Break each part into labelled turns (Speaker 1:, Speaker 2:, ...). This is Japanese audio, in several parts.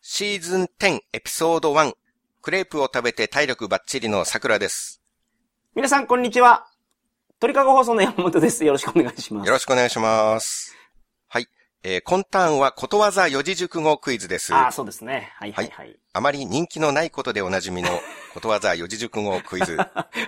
Speaker 1: シーズン10エピソード1。クレープを食べて体力バッチリの桜です。
Speaker 2: 皆さん、こんにちは。鳥かご放送の山本です。よろしくお願いしま
Speaker 1: よ
Speaker 2: す。
Speaker 1: ろしくお願いします。はい。えー、今ターンはことわざ四字熟語クイズです。
Speaker 2: ああ、
Speaker 1: あ
Speaker 2: そうですね。はいはいはい。
Speaker 1: まり人気のないことでおなじみの ことわざ四字熟語クイズ。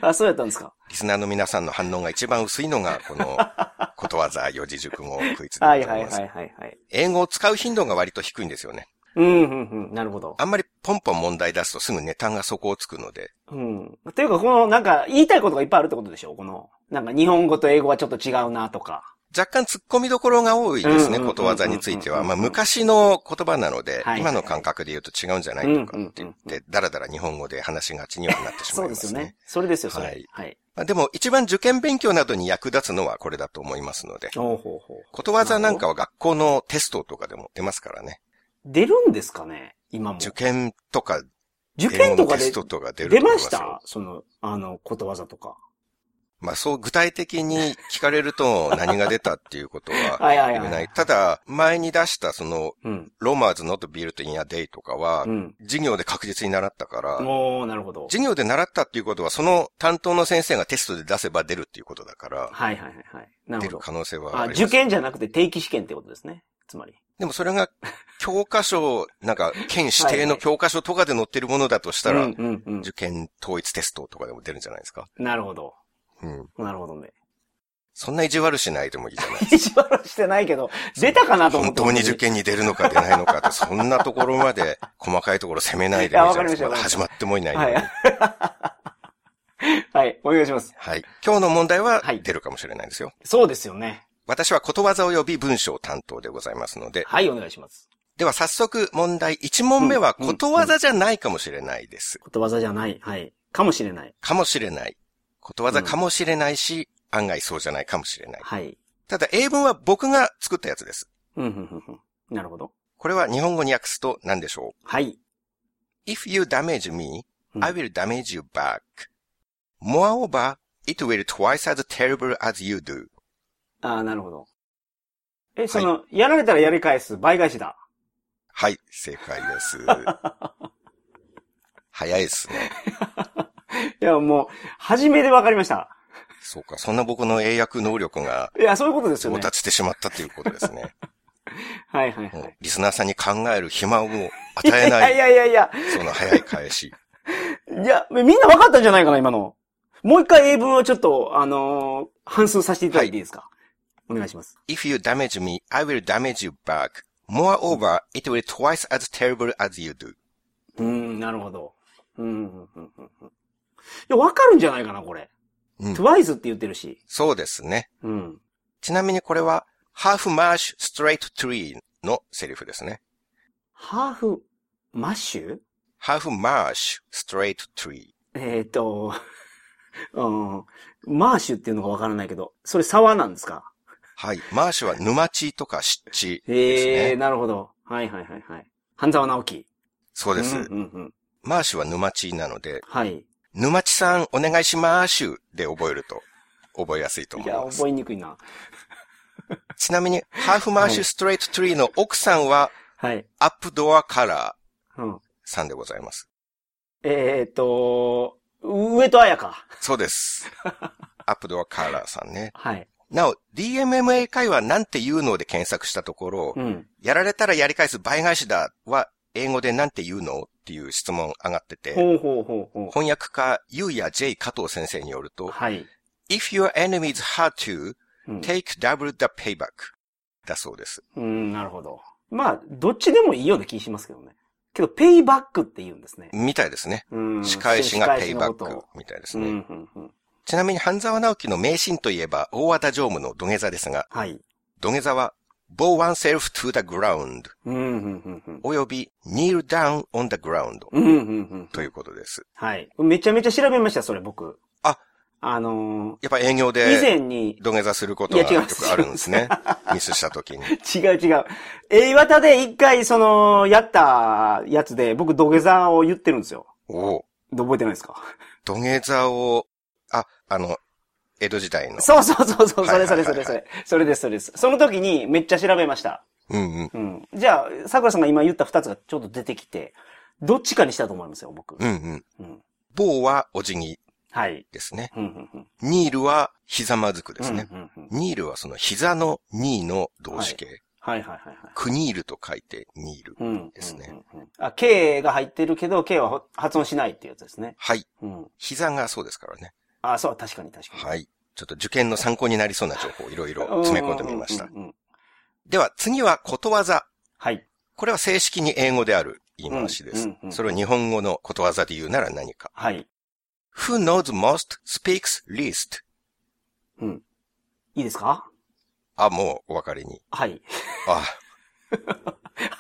Speaker 2: あ、そうやったんですか。
Speaker 1: リスナーの皆さんの反応が一番薄いのが、この ことわざ四字熟語クイズでご
Speaker 2: は
Speaker 1: ざい
Speaker 2: い
Speaker 1: ます。
Speaker 2: はいはいはいはい。
Speaker 1: 英語を使う頻度が割と低いんですよね。
Speaker 2: うん、うん、うん。なるほど。
Speaker 1: あんまりポンポン問題出すとすぐネタが底をつくので、
Speaker 2: うん。というか、この、なんか、言いたいことがいっぱいあるってことでしょこの、なんか、日本語と英語はちょっと違うなとか。
Speaker 1: 若干突っ込みどころが多いです
Speaker 2: うんうんうん
Speaker 1: ね、
Speaker 2: うん
Speaker 1: ことわざについては。まあ、
Speaker 2: うんうん
Speaker 1: 昔の言葉なので、
Speaker 2: はい
Speaker 1: 今の感覚で言うと違うんじゃな
Speaker 2: う
Speaker 1: い
Speaker 2: ん、
Speaker 1: と
Speaker 2: う
Speaker 1: か
Speaker 2: ん
Speaker 1: っ、
Speaker 2: う
Speaker 1: て言
Speaker 2: ん
Speaker 1: っ。て、だらだら日本語で話がちにはなってしま
Speaker 2: そ
Speaker 1: いうま
Speaker 2: ですよ
Speaker 1: す
Speaker 2: ね
Speaker 1: ね。。
Speaker 2: それですよ、それ。
Speaker 1: は
Speaker 2: はいい。
Speaker 1: まあでも一番受験勉強などに役立つのはこれだと思いますので、
Speaker 2: おうほうほう。
Speaker 1: ことわざなんかは学校のテストとかでも出ますからね。
Speaker 2: 出るんですかね今も。
Speaker 1: 受験とか、
Speaker 2: 受験と
Speaker 1: 英語
Speaker 2: かで
Speaker 1: のテストとか出ると
Speaker 2: 出
Speaker 1: 思い
Speaker 2: ま
Speaker 1: ます
Speaker 2: し
Speaker 1: よ
Speaker 2: たその、あの、ことわざとか。
Speaker 1: まあそう具体的に聞かれると何が出たっていうことは
Speaker 2: はいはい
Speaker 1: 言
Speaker 2: は
Speaker 1: え
Speaker 2: い。
Speaker 1: ない。ただ、前に出したその、
Speaker 2: うん。
Speaker 1: ロマーズ not built in a day とかは
Speaker 2: う、ん。
Speaker 1: 授業で確実に習ったから、
Speaker 2: おー、なるほど。
Speaker 1: 授業で習ったっていうことは、その担当の先生がテストで出せば出るっていうことだから、
Speaker 2: はいはいはいはい。な
Speaker 1: 出
Speaker 2: る
Speaker 1: る
Speaker 2: ほど。
Speaker 1: 可能性は
Speaker 2: あ
Speaker 1: あります。
Speaker 2: 受験じゃなくて定期試験ってことですね。つまり。
Speaker 1: でもそれが、教科書、なんか、県指定の教科書とかで載ってるものだとした
Speaker 2: う
Speaker 1: ら
Speaker 2: ん、うんうん
Speaker 1: 受。験統一テストとかでも出るんじゃないですか。
Speaker 2: なるほど。
Speaker 1: うん。
Speaker 2: なるほどね。
Speaker 1: そんな意地悪しないでもいいじゃない。
Speaker 2: 意地悪してないけど、出たかなと思っ
Speaker 1: 本
Speaker 2: て。
Speaker 1: 当に受験に出るのか出ないのかって、そんなところまで細かいところ攻めないでもいいじゃないですか。
Speaker 2: いやわかりました
Speaker 1: まだ始まってもいないの
Speaker 2: は
Speaker 1: に。
Speaker 2: い。 はい。お願いします。
Speaker 1: はい。今日の問題は
Speaker 2: はい
Speaker 1: 出るかもしれないですよ。
Speaker 2: そうですよね。
Speaker 1: 私はことわざ及び文章担当でございますので、
Speaker 2: はい、お願いします。
Speaker 1: では早速問題1問目は
Speaker 2: うん
Speaker 1: ことわざじゃないかもしれないです。
Speaker 2: ことわざじゃない。はい。かもしれない。
Speaker 1: かもしれない。ことわざかもしれないし、案外そうじゃないかもしれない。
Speaker 2: はい。
Speaker 1: ただ英文は僕が作ったやつです。
Speaker 2: うん、うん、うんうん。なるほど。
Speaker 1: これは日本語に訳すと何でしょ
Speaker 2: はい。
Speaker 1: う ?If you damage me,
Speaker 2: うん
Speaker 1: I will damage you back.Moreover, it will twice as terrible as you do.
Speaker 2: ああ、なるほど。え、その、やられたらやり返す、倍返しだ。
Speaker 1: はい、正解 です。早いですね。
Speaker 2: いや、もう、初めでわかりました。
Speaker 1: そうか、そんな僕の英訳能力が
Speaker 2: いや、そういうことですよ
Speaker 1: 上
Speaker 2: ね。
Speaker 1: 達してしまったということですね。
Speaker 2: はいはい
Speaker 1: も
Speaker 2: は
Speaker 1: う
Speaker 2: い。
Speaker 1: リスナーさんに考える暇を与
Speaker 2: いや
Speaker 1: え
Speaker 2: い
Speaker 1: な
Speaker 2: や
Speaker 1: い、
Speaker 2: いやいやいや。
Speaker 1: その早い返し。
Speaker 2: いや、みんな分かったんじゃないかな、今の。もう一回英文をちょっと、あのー、反数させていただいていいですか、お願いします。
Speaker 1: If you damage me, I will damage you back. Moreover, it will twice as terrible as you do.
Speaker 2: うーん、なるほど。うん、うん、うん、うん。いや、分かるんじゃないかな、これ。
Speaker 1: うん
Speaker 2: トゥワイズって言ってるし。
Speaker 1: そうですね。
Speaker 2: うん。
Speaker 1: ちなみにこれは、half marsh straight tree のセリフですね。
Speaker 2: ハーフ、マッシュ
Speaker 1: half marsh straight tree。
Speaker 2: えっ、ー、と、 うん、マーシュっていうのが分からないけど、それ沢なんですか
Speaker 1: はい。マーシュは沼地とか湿地ですね。
Speaker 2: ええー、なるほど。はいはいはいはい。半沢直樹。
Speaker 1: そうです、
Speaker 2: うん、うん、うん。
Speaker 1: マーシュは沼地なので、
Speaker 2: はい。
Speaker 1: 沼地さんお願いしまーしゅで覚えると、覚えやすいと
Speaker 2: い
Speaker 1: 思い
Speaker 2: や、
Speaker 1: ます。
Speaker 2: 覚えにくいな。
Speaker 1: ちなみに、ハーフマーシュストレートトリーの奥さんは、
Speaker 2: はい。
Speaker 1: アップドアカラー
Speaker 2: うん。
Speaker 1: さんでございます。
Speaker 2: えーっと、上戸彩か。
Speaker 1: そうです。 アップドアカラーさんね。
Speaker 2: はい。
Speaker 1: なお、DMMA 会話なんて言うので検索したところ、
Speaker 2: うん。
Speaker 1: やられたらやり返す倍返しだは、英語でなんて言うのっていう質問上がってて、
Speaker 2: ほうほうほうほ
Speaker 1: 翻訳家、ゆうや J 加藤先生による
Speaker 2: う。
Speaker 1: と、
Speaker 2: はい。
Speaker 1: If your enemies hurt you,
Speaker 2: うん
Speaker 1: take double the payback だそうです。
Speaker 2: うん、なるほど。まあ、どっちでもいいような気しますけどね。けど、ペイバックって言うんですね。
Speaker 1: みたいですね。
Speaker 2: うん。
Speaker 1: 仕返しがペイバッ
Speaker 2: 仕返しの
Speaker 1: ク
Speaker 2: こ
Speaker 1: みたいです
Speaker 2: とをう
Speaker 1: ね。
Speaker 2: ん、うん、うん。
Speaker 1: ちなみに半沢直樹の名シーンといえば、大和田常務の土下座ですが、
Speaker 2: はい。
Speaker 1: 土下座は、bow oneself to the ground
Speaker 2: うん、うん、うん、うん。
Speaker 1: および kneel down on the ground
Speaker 2: うん、うん、うん。
Speaker 1: ということです。
Speaker 2: はい。めちゃめちゃ調べました、それ、僕。
Speaker 1: あ、
Speaker 2: あの
Speaker 1: やっぱ営業
Speaker 2: ー、以
Speaker 1: で
Speaker 2: 前に、
Speaker 1: 土下座することが
Speaker 2: いや違い
Speaker 1: よ
Speaker 2: ます
Speaker 1: くあるんです ね。ミスした時に。
Speaker 2: 違う違う。A 型で一回、その、やったやつで、僕、土下座を言ってるんですよ。
Speaker 1: おう
Speaker 2: 覚えてないですか
Speaker 1: 土下座を、あ、あの、江戸時代の。
Speaker 2: そうそうそうそう、
Speaker 1: はい
Speaker 2: そ
Speaker 1: はいは
Speaker 2: れそ
Speaker 1: いはい
Speaker 2: れそれそれ。それです、それです。その時にめっちゃ調べました。
Speaker 1: うんうん。
Speaker 2: うん。じゃあ、桜さんが今言った二つがちょうど出てきて、どっちかにしたと思いますよ、僕。
Speaker 1: うんうん。
Speaker 2: うん。
Speaker 1: 棒はお辞儀
Speaker 2: はい。
Speaker 1: ですね。
Speaker 2: うんうんうん。
Speaker 1: ニールはひざまずくですね。
Speaker 2: うんうんうん。
Speaker 1: ニールはその膝のニーの動詞形。
Speaker 2: はいはいはいはい。
Speaker 1: クニールと書いてニール。
Speaker 2: うん。
Speaker 1: ですね
Speaker 2: うんうんうん。あ、K が入ってるけど、K はほ発音しないっていうやつですね。
Speaker 1: はい。
Speaker 2: うん。
Speaker 1: 膝がそうですからね。
Speaker 2: あ、そう、確かに確かに。
Speaker 1: はい。ちょっと受験の参考になりそうな情報をいろいろ詰め込んでみました
Speaker 2: うん。うんうんうん。
Speaker 1: では次はことわざ。
Speaker 2: はい。
Speaker 1: これは正式に英語である言い回しです
Speaker 2: うんうんう。ん
Speaker 1: それを日本語のことわざで言うなら何か。
Speaker 2: はい。
Speaker 1: Who knows most speaks least.
Speaker 2: うん。いいですか
Speaker 1: あ、もうお分かりに。
Speaker 2: はい。
Speaker 1: あ、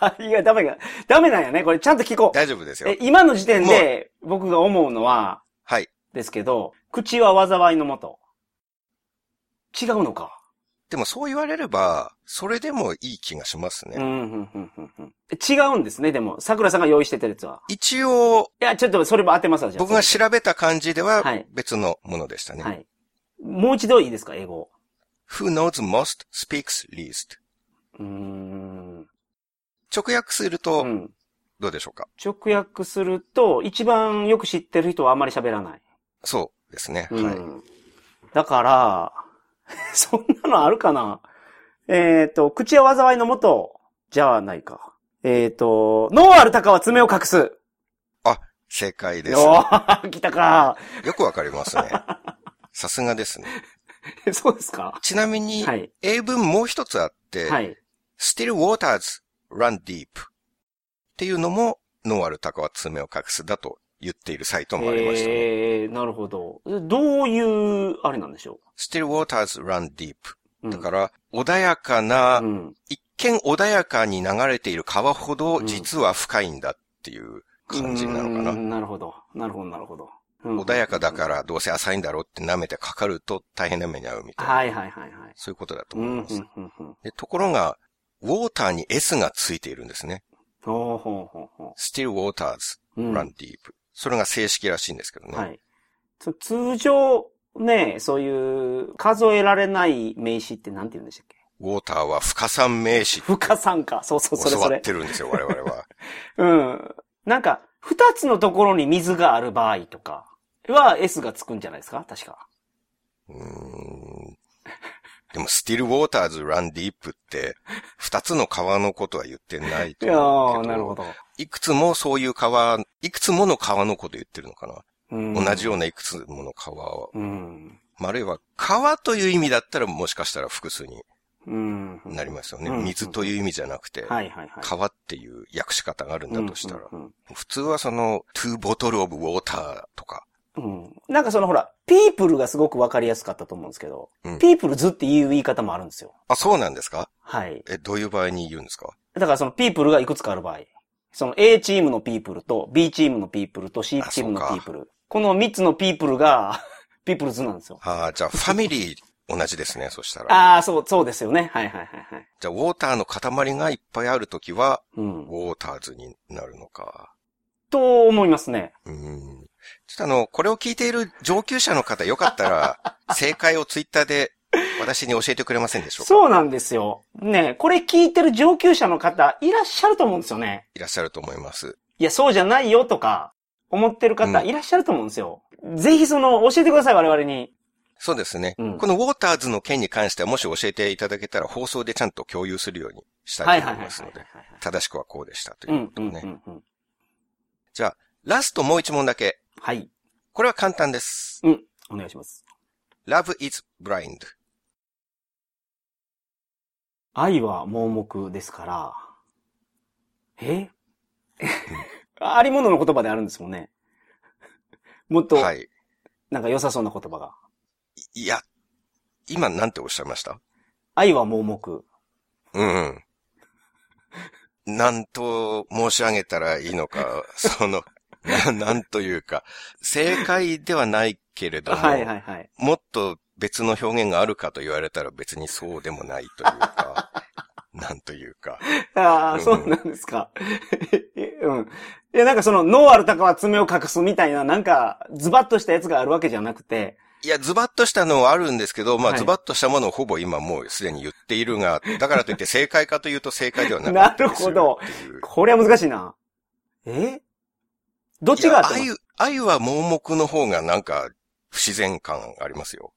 Speaker 2: はい。いや、ダメが、ダメなんやね。これちゃんと聞こう。
Speaker 1: 大丈夫ですよ
Speaker 2: え。今の時点で、僕が思うのは、
Speaker 1: はい。
Speaker 2: ですけど、口は災いのもと。違うのか。
Speaker 1: でもそう言われれば、それでもいい気がします
Speaker 2: う
Speaker 1: ね。
Speaker 2: ん、うん、うん、うんうん。違うんですね、でも。桜さんが用意してたやつは。
Speaker 1: 一応、
Speaker 2: いや、ちょっとそれも当てますわ、じゃあ
Speaker 1: 僕が調べた感じでは
Speaker 2: はい
Speaker 1: 別のものでしたね。
Speaker 2: はい。もう一度いいですか、英語。
Speaker 1: Who knows most speaks least.
Speaker 2: うーん。
Speaker 1: 直訳する
Speaker 2: う
Speaker 1: と
Speaker 2: ん。
Speaker 1: どうでしょうか、
Speaker 2: 直訳すると、一番よく知ってる人はあまり喋らない。
Speaker 1: そうですね。
Speaker 2: うん
Speaker 1: はい。
Speaker 2: だから、 そんなのあるかなえっ、と、口は災いのもと、じゃあないか。えっ、と、脳ある鷹は爪を隠す。
Speaker 1: 正解です。
Speaker 2: おー、 来たか。
Speaker 1: よくわかります ね。さすがですね。
Speaker 2: そうですか
Speaker 1: ちなみに、
Speaker 2: はい。
Speaker 1: 英文もう一つあって、
Speaker 2: はい。
Speaker 1: still waters run deep っていうのも、ノーアルタカは爪を隠すだと言っているサイトもありましたね、
Speaker 2: えー、なるほど。どういう、あれなんでしょ
Speaker 1: still waters run deep
Speaker 2: う、うん、
Speaker 1: だから、穏やかな、
Speaker 2: うん。
Speaker 1: 一見穏やかに流れている川ほど実は深いんだっていう感じなのかな。
Speaker 2: うんなるほど。なるほど、なるほど。うん
Speaker 1: 穏やかだからどうせ浅いんだろうって舐めてかかると大変な目に遭うみたいな。
Speaker 2: はいはいはいはい。
Speaker 1: そういうことだと
Speaker 2: う
Speaker 1: 思
Speaker 2: ん、
Speaker 1: いうます。
Speaker 2: ん、うん、うん。
Speaker 1: でところが、ウォーターに S がついているんですね。
Speaker 2: ほうほうほうほ
Speaker 1: still waters
Speaker 2: う。うん
Speaker 1: run deep、それが正式らしいんですけどね。
Speaker 2: はい。そ通常、ね、そういう数えられない名詞って何て言うんでしたっけ
Speaker 1: ウォーターは深算名詞
Speaker 2: 不可算か。そうそう、それ
Speaker 1: 教
Speaker 2: そ
Speaker 1: わ
Speaker 2: れ
Speaker 1: っ。てるんですよ、我々は。
Speaker 2: うん。なんか、二つのところに水がある場合とかは S がつくんじゃないですか確か。
Speaker 1: うーんでも、still waters run deep って、二つの川のことは言ってない
Speaker 2: い
Speaker 1: と
Speaker 2: や
Speaker 1: 思う
Speaker 2: ー、
Speaker 1: け
Speaker 2: なるほど。
Speaker 1: いくつもそういう川、いくつもの川のこと言ってるのかな、
Speaker 2: うん
Speaker 1: 同じようないくつもの川を。
Speaker 2: うん。
Speaker 1: まああるいは、川という意味だったらもしかしたら複数に
Speaker 2: うん。
Speaker 1: なりますよね。
Speaker 2: うん
Speaker 1: 水という意味じゃなくて、
Speaker 2: はいはいはい。
Speaker 1: 川っていう訳し方があるんだとしたら。
Speaker 2: うんうん
Speaker 1: 普通はその、to bottle of water とか、
Speaker 2: うん。うんなんかそのほら、ピープルがすごくわかりやすかったと思うんですけど
Speaker 1: うん、
Speaker 2: ピープルズっていう言い方もあるんですよ。
Speaker 1: あ、そうなんですか
Speaker 2: はい。
Speaker 1: え、どういう場合に言うんですか
Speaker 2: だからそのピープルがいくつかある場合。その A チームのピープルと B チームのピープルと C
Speaker 1: あ
Speaker 2: チームの
Speaker 1: そうか
Speaker 2: ピープル。この3つのピープルが、 ピープルズなんですよ。
Speaker 1: ああ、じゃあ、ファミリー同じ ですね、そしたら。
Speaker 2: ああ、そう、そうですよね。はいはいはいはい。
Speaker 1: じゃあ、ウォーターの塊がいっぱいあるときは、
Speaker 2: うん。
Speaker 1: ウォーターズになるのか。
Speaker 2: と思いますね。
Speaker 1: うん。ちょっとあの、これを聞いている上級者の方、よかったら、正解をツイッターで私に教えてくれませんでしょうか
Speaker 2: そうなんですよ。ねこれ聞いてる上級者の方いらっしゃると思うんですよね。
Speaker 1: いらっしゃると思います。
Speaker 2: いや、そうじゃないよとか、思ってる方
Speaker 1: うん
Speaker 2: いらっしゃると思うんですよ。ぜひその、教えてください、我々に。
Speaker 1: そうですね。
Speaker 2: うん
Speaker 1: このウォーターズの件に関しては、もし教えていただけたら、放送でちゃんと共有するようにした
Speaker 2: はいい
Speaker 1: と
Speaker 2: はい
Speaker 1: 思い
Speaker 2: はいはい
Speaker 1: ま
Speaker 2: は
Speaker 1: すの
Speaker 2: い
Speaker 1: で、。正しくはこうでしたと
Speaker 2: う
Speaker 1: いうんこ
Speaker 2: う
Speaker 1: と
Speaker 2: ん
Speaker 1: ね。
Speaker 2: うんうん。
Speaker 1: じゃあ、ラストもう一問だけ。
Speaker 2: はい。
Speaker 1: これは簡単です。
Speaker 2: うん。お願いします。
Speaker 1: Love is blind.
Speaker 2: 愛は盲目ですから、え ありものの言葉であるんですもんね。もっと、
Speaker 1: はい。
Speaker 2: なんか良さそうな言葉が。
Speaker 1: いや、今なんておっしゃいました
Speaker 2: 愛は盲目。
Speaker 1: うんうん。なんと申し上げたらいいのか、その、 ななんというか、正解ではないけれども、
Speaker 2: はいはいはい。
Speaker 1: もっと別の表現があるかと言われたら別にそうでもないというか、 なんというか。
Speaker 2: あ
Speaker 1: う
Speaker 2: あ、
Speaker 1: ん
Speaker 2: そうなんですか。 えうん。いや、なんかその、脳ある鷹は爪を隠すみたいな、なんか、ズバッとしたやつがあるわけじゃなくて、
Speaker 1: いや、ズバッとしたのはあるんですけど、まあ、
Speaker 2: はい
Speaker 1: ズバッとしたものをほぼ今もうすでに言っているが、だからといって正解かというと正解ではなかったですよ
Speaker 2: なるほど
Speaker 1: っていう
Speaker 2: これは難しいな。えどっちが合ってま
Speaker 1: い
Speaker 2: す
Speaker 1: や愛、愛は盲目の方がなんか不自然感ありますよ。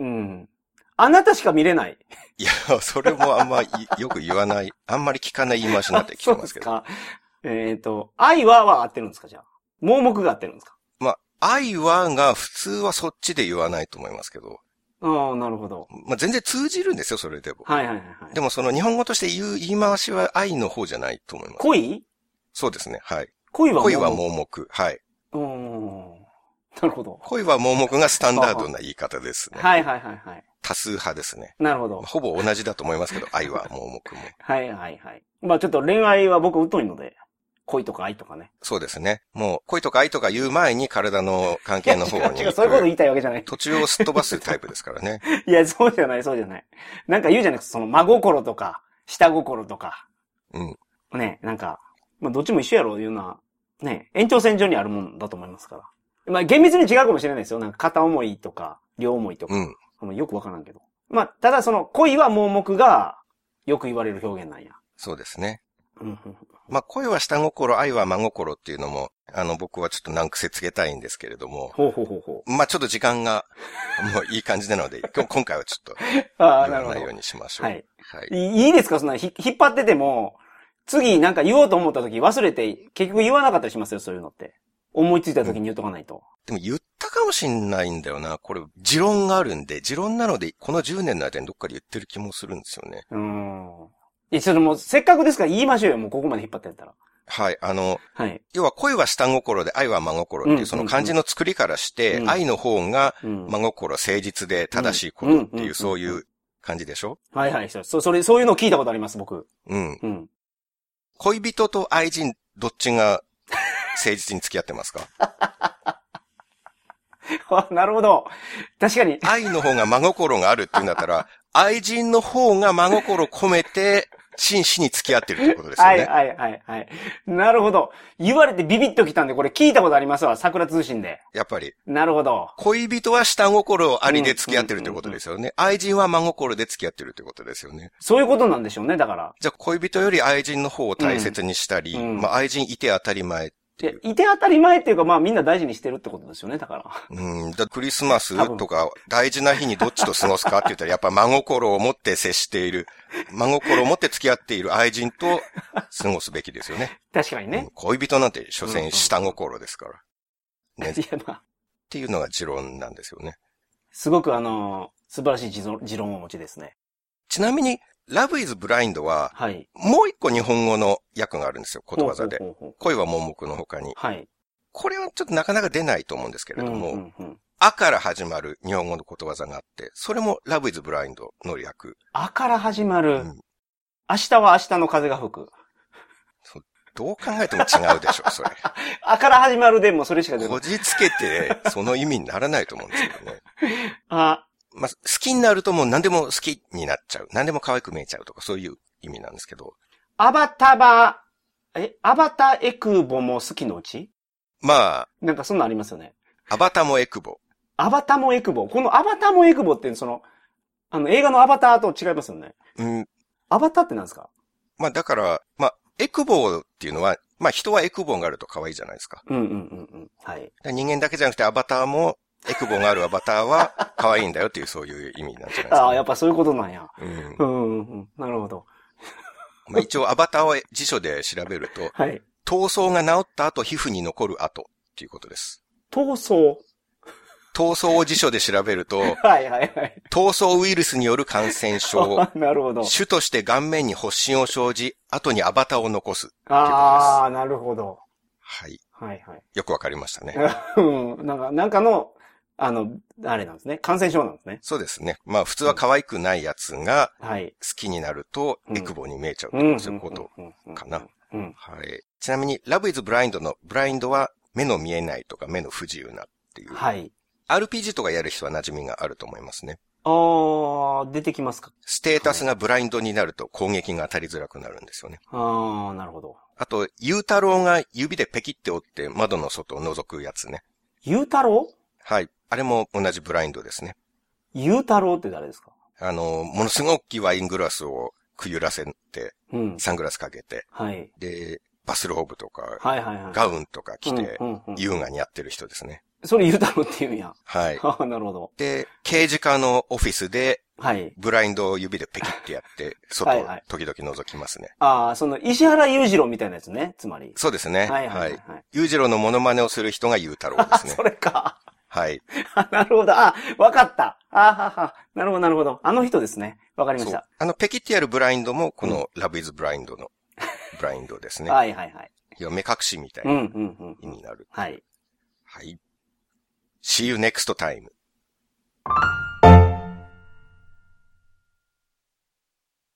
Speaker 2: うん。あなたしか見れない。
Speaker 1: いや、それもあんまいよく言わない、あんまり聞かない言い回しになって聞きますけど。
Speaker 2: あそうですか。えっ、と、愛はは合ってるんですかじゃあ。盲目が合ってるんですか
Speaker 1: まあ、愛はが普通はそっちで言わないと思いますけど、
Speaker 2: ああ、なるほど。
Speaker 1: まあ、全然通じるんですよ、それでも。
Speaker 2: はいはいはいはい。
Speaker 1: でもその日本語として言う言い回しは愛の方じゃないと思います。
Speaker 2: 恋
Speaker 1: そうですね、はい。
Speaker 2: 恋は
Speaker 1: 恋は盲目。はい。
Speaker 2: う。うん。なるほど。
Speaker 1: 恋は盲目がスタンダードな言い方ですね。
Speaker 2: はいはいはいはい。
Speaker 1: 多数派ですね。
Speaker 2: なるほど。
Speaker 1: ほぼ同じだと思いますけ ど、愛は盲目も。
Speaker 2: はいはいはい。まあちょっと恋愛は僕疎いので、恋とか愛とかね。
Speaker 1: そうですね。もう恋とか愛とか言う前に体の関係の方
Speaker 2: 違
Speaker 1: に
Speaker 2: う違う、そういうこと言いたいわけじゃない。
Speaker 1: 途中をすっ飛ばすタイプですからね。
Speaker 2: いや、そうじゃない、そうじゃない。なんか言うじゃないその真心とか、下心とか。
Speaker 1: うん。
Speaker 2: ね、なんか、まあどっちも一緒やろういうのは、ね、延長線上にあるもんだと思いますから。まあ厳密に違うかもしれないですよ。なんか片思いとか、両思いとか。
Speaker 1: うん。
Speaker 2: もうよくわからんけど。まあ、ただその恋は盲目が、よく言われる表現なんや。
Speaker 1: そうですね。
Speaker 2: うんうん
Speaker 1: まあ、恋は下心、愛は真心っていうのも、あの、僕はちょっと難癖つけたいんですけれども、
Speaker 2: ほうほうほうほ
Speaker 1: まあ、ちょっと時間が、もういい感じなので、今日今回はちょっと
Speaker 2: う。ああ、
Speaker 1: 言
Speaker 2: なる
Speaker 1: わ
Speaker 2: ほ
Speaker 1: ない
Speaker 2: ど
Speaker 1: よう。にしましょう。
Speaker 2: はい。
Speaker 1: はい。
Speaker 2: いいいですかそんな、ひ、引っ張ってても、次なんか言おうと思った時忘れて、結局言わなかったりしますよ、そういうのって。思いついた時に言っとかないと。
Speaker 1: でも言ったかもしんないんだよな。これ、持論があるんで、持論なので、この10年の間にどっかで言ってる気もするんですよね。
Speaker 2: うーん。いや、それもう、せっかくですから言いましょうよ、もうここまで引っ張ってやったら。
Speaker 1: はい。あの、
Speaker 2: はい。
Speaker 1: 要は恋は下心で愛は真心って
Speaker 2: う
Speaker 1: い
Speaker 2: ん
Speaker 1: う、その漢字の作りからして、
Speaker 2: うん
Speaker 1: 愛の方が
Speaker 2: うん。
Speaker 1: 真心、誠実で正しいことって
Speaker 2: うんうんう
Speaker 1: い
Speaker 2: ん
Speaker 1: うう、
Speaker 2: ん
Speaker 1: そういう感じでしょ
Speaker 2: はいはい、そう、そそれ、そういうのを聞いたことあります、僕。
Speaker 1: うん。
Speaker 2: うん。
Speaker 1: 恋人と愛人、どっちが 誠実に付き合ってますか
Speaker 2: あなるほど。確かに。
Speaker 1: 愛の方が真心があるっていうんだったら、愛人の方が真心込めて、真摯に付き合ってるってことですよ
Speaker 2: は
Speaker 1: ね。
Speaker 2: いはいはいはい。なるほど。言われてビビッときたんで、これ聞いたことありますわ、桜通信で。
Speaker 1: やっぱり、
Speaker 2: なるほど。
Speaker 1: 恋人は下心ありで付き合ってるってことですよね。愛人は真心で付き合ってるってことですよね。
Speaker 2: そういうことなんでしょうね、だから。
Speaker 1: じゃあ恋人より愛人の方を大切にしたり、
Speaker 2: うんうん
Speaker 1: まあ愛人いて当たり前。
Speaker 2: で、いて当たり前っていうか、まあみんな大事にしてるってことですよね、だから。
Speaker 1: うん、だクリスマス
Speaker 2: 多分
Speaker 1: とか大事な日にどっちと過ごすかって言ったらやっぱ真心を持って接している、真心を持って付き合っている愛人と過ごすべきですよね。
Speaker 2: 確かに
Speaker 1: うん
Speaker 2: ね。
Speaker 1: 恋人なんて所
Speaker 2: うんう
Speaker 1: 詮
Speaker 2: ん
Speaker 1: 下心ですから。ね、
Speaker 2: い
Speaker 1: っ
Speaker 2: や、まあ、
Speaker 1: ていうのが持論なんですよね。
Speaker 2: すごくあのー素晴らしい持論持論をお持ちですね。
Speaker 1: ちなみに、Love is Blind は
Speaker 2: はい。
Speaker 1: もう一個日本語の訳があるんですよ、ことわざで。
Speaker 2: ほうほうほうほう
Speaker 1: 恋は盲目の他に。
Speaker 2: はい。
Speaker 1: これはちょっとなかなか出ないと思うんですけれども、
Speaker 2: うんうんうん
Speaker 1: あから始まる日本語のことわざがあって、それも Love is Blind の略。
Speaker 2: あから始まる、
Speaker 1: うん
Speaker 2: 明日は明日の風が吹く。
Speaker 1: どう考えても違うでしょ、それ。
Speaker 2: あから始まる でもうそれしか出な
Speaker 1: こ
Speaker 2: い。
Speaker 1: じつけて、その意味にならないと思うんですけどね。
Speaker 2: あ、
Speaker 1: まあ、好きになるともう何でも好きになっちゃう。何でも可愛く見えちゃうとか、そういう意味なんですけど。
Speaker 2: アバタバ、え、アバタエクボも好きのうち
Speaker 1: まあ、
Speaker 2: なんかそんなんありますよね。
Speaker 1: アバタもエクボ。
Speaker 2: アバタもエクボ。このアバタもエクボって、その、あの、映画のアバターと違いますよね。
Speaker 1: うん。
Speaker 2: アバターって何ですか
Speaker 1: まあ、だから、まあ、エクボっていうのは、まあ、人はエクボがあると可愛いじゃないですか。
Speaker 2: うんうんうんうん。はい。
Speaker 1: だから人間だけじゃなくてアバターも、エクボがあるアバター は可愛いんだよっていう、そういう意味なんじゃないですかね、
Speaker 2: ああ、やっぱそういうことなんや。
Speaker 1: うん
Speaker 2: う。んうんうん。なるほど。
Speaker 1: まあ、一応アバターを辞書で調べると、
Speaker 2: はい。
Speaker 1: 闘争が治った後、皮膚に残る後っていうことです。
Speaker 2: 闘争。
Speaker 1: 闘争を辞書で調べる と、
Speaker 2: はいはいはい。
Speaker 1: 闘争ウイルスによる感染症、
Speaker 2: なるほど。
Speaker 1: 種として顔面に発疹を生じ、後にアバターを残す。
Speaker 2: ああ、なるほど。
Speaker 1: はい。
Speaker 2: はいはい。
Speaker 1: よくわかりましたね。
Speaker 2: うん。なんか、なんかの、あの、あれなんですね。感染症なんですね。
Speaker 1: そうですね。まあ普通は可愛くないやつが
Speaker 2: はい。
Speaker 1: 好きになると、
Speaker 2: うん
Speaker 1: エクボに見えちゃうと
Speaker 2: うん。
Speaker 1: そういうこと。かな。
Speaker 2: うん。
Speaker 1: はい。ちなみに、Love is Blind のブラインドは目の見えないとか目の不自由なっていう。
Speaker 2: はい。
Speaker 1: RPG とかやる人は馴染みがあると思いますね。
Speaker 2: ああ、出てきますか。
Speaker 1: ステータスがブラインドになると攻撃が当たりづらくなるんですよね。
Speaker 2: ああ、なるほど。
Speaker 1: あと、ゆうたろうが指でペキって折って窓の外を覗くやつね。
Speaker 2: ゆうたろう
Speaker 1: はい。あれも同じブラインドですね。
Speaker 2: ゆうたろうって誰ですか
Speaker 1: あの、ものすごく大きいワイングラスをくゆらせて、
Speaker 2: うん。
Speaker 1: サングラスかけて、
Speaker 2: はい。
Speaker 1: で、バスローブとか、
Speaker 2: はいはいはい。
Speaker 1: ガウンとか着て
Speaker 2: う、んうんうん
Speaker 1: 優雅にやってる人ですね。
Speaker 2: それゆうたろうって言うんや。
Speaker 1: はい。
Speaker 2: ああ、なるほど。
Speaker 1: で、刑事課のオフィスで、
Speaker 2: はい。
Speaker 1: ブラインドを指でペキってやって、外
Speaker 2: はい
Speaker 1: を
Speaker 2: はい
Speaker 1: 時々覗きますね。
Speaker 2: ああ、その、石原裕次郎みたいなやつね、つまり。
Speaker 1: そうですね。
Speaker 2: は
Speaker 1: はいい、
Speaker 2: はいはい。
Speaker 1: 裕次郎のモノマネをする人が裕太郎
Speaker 2: あ
Speaker 1: ですね
Speaker 2: そ。れか。
Speaker 1: はい。
Speaker 2: あなるほど。あ、わかった。あはは。なるほど、なるほど。あの人ですね。わかりま
Speaker 1: そう
Speaker 2: した。。
Speaker 1: あの、ペキってやるブラインドも、この、ラブイズブラインドの、ブラインドですね。
Speaker 2: はいはいはい。
Speaker 1: いや目隠しみたい
Speaker 2: うん、
Speaker 1: な
Speaker 2: うん、うん。
Speaker 1: 意味になる。
Speaker 2: はい。
Speaker 1: はい。See you next time.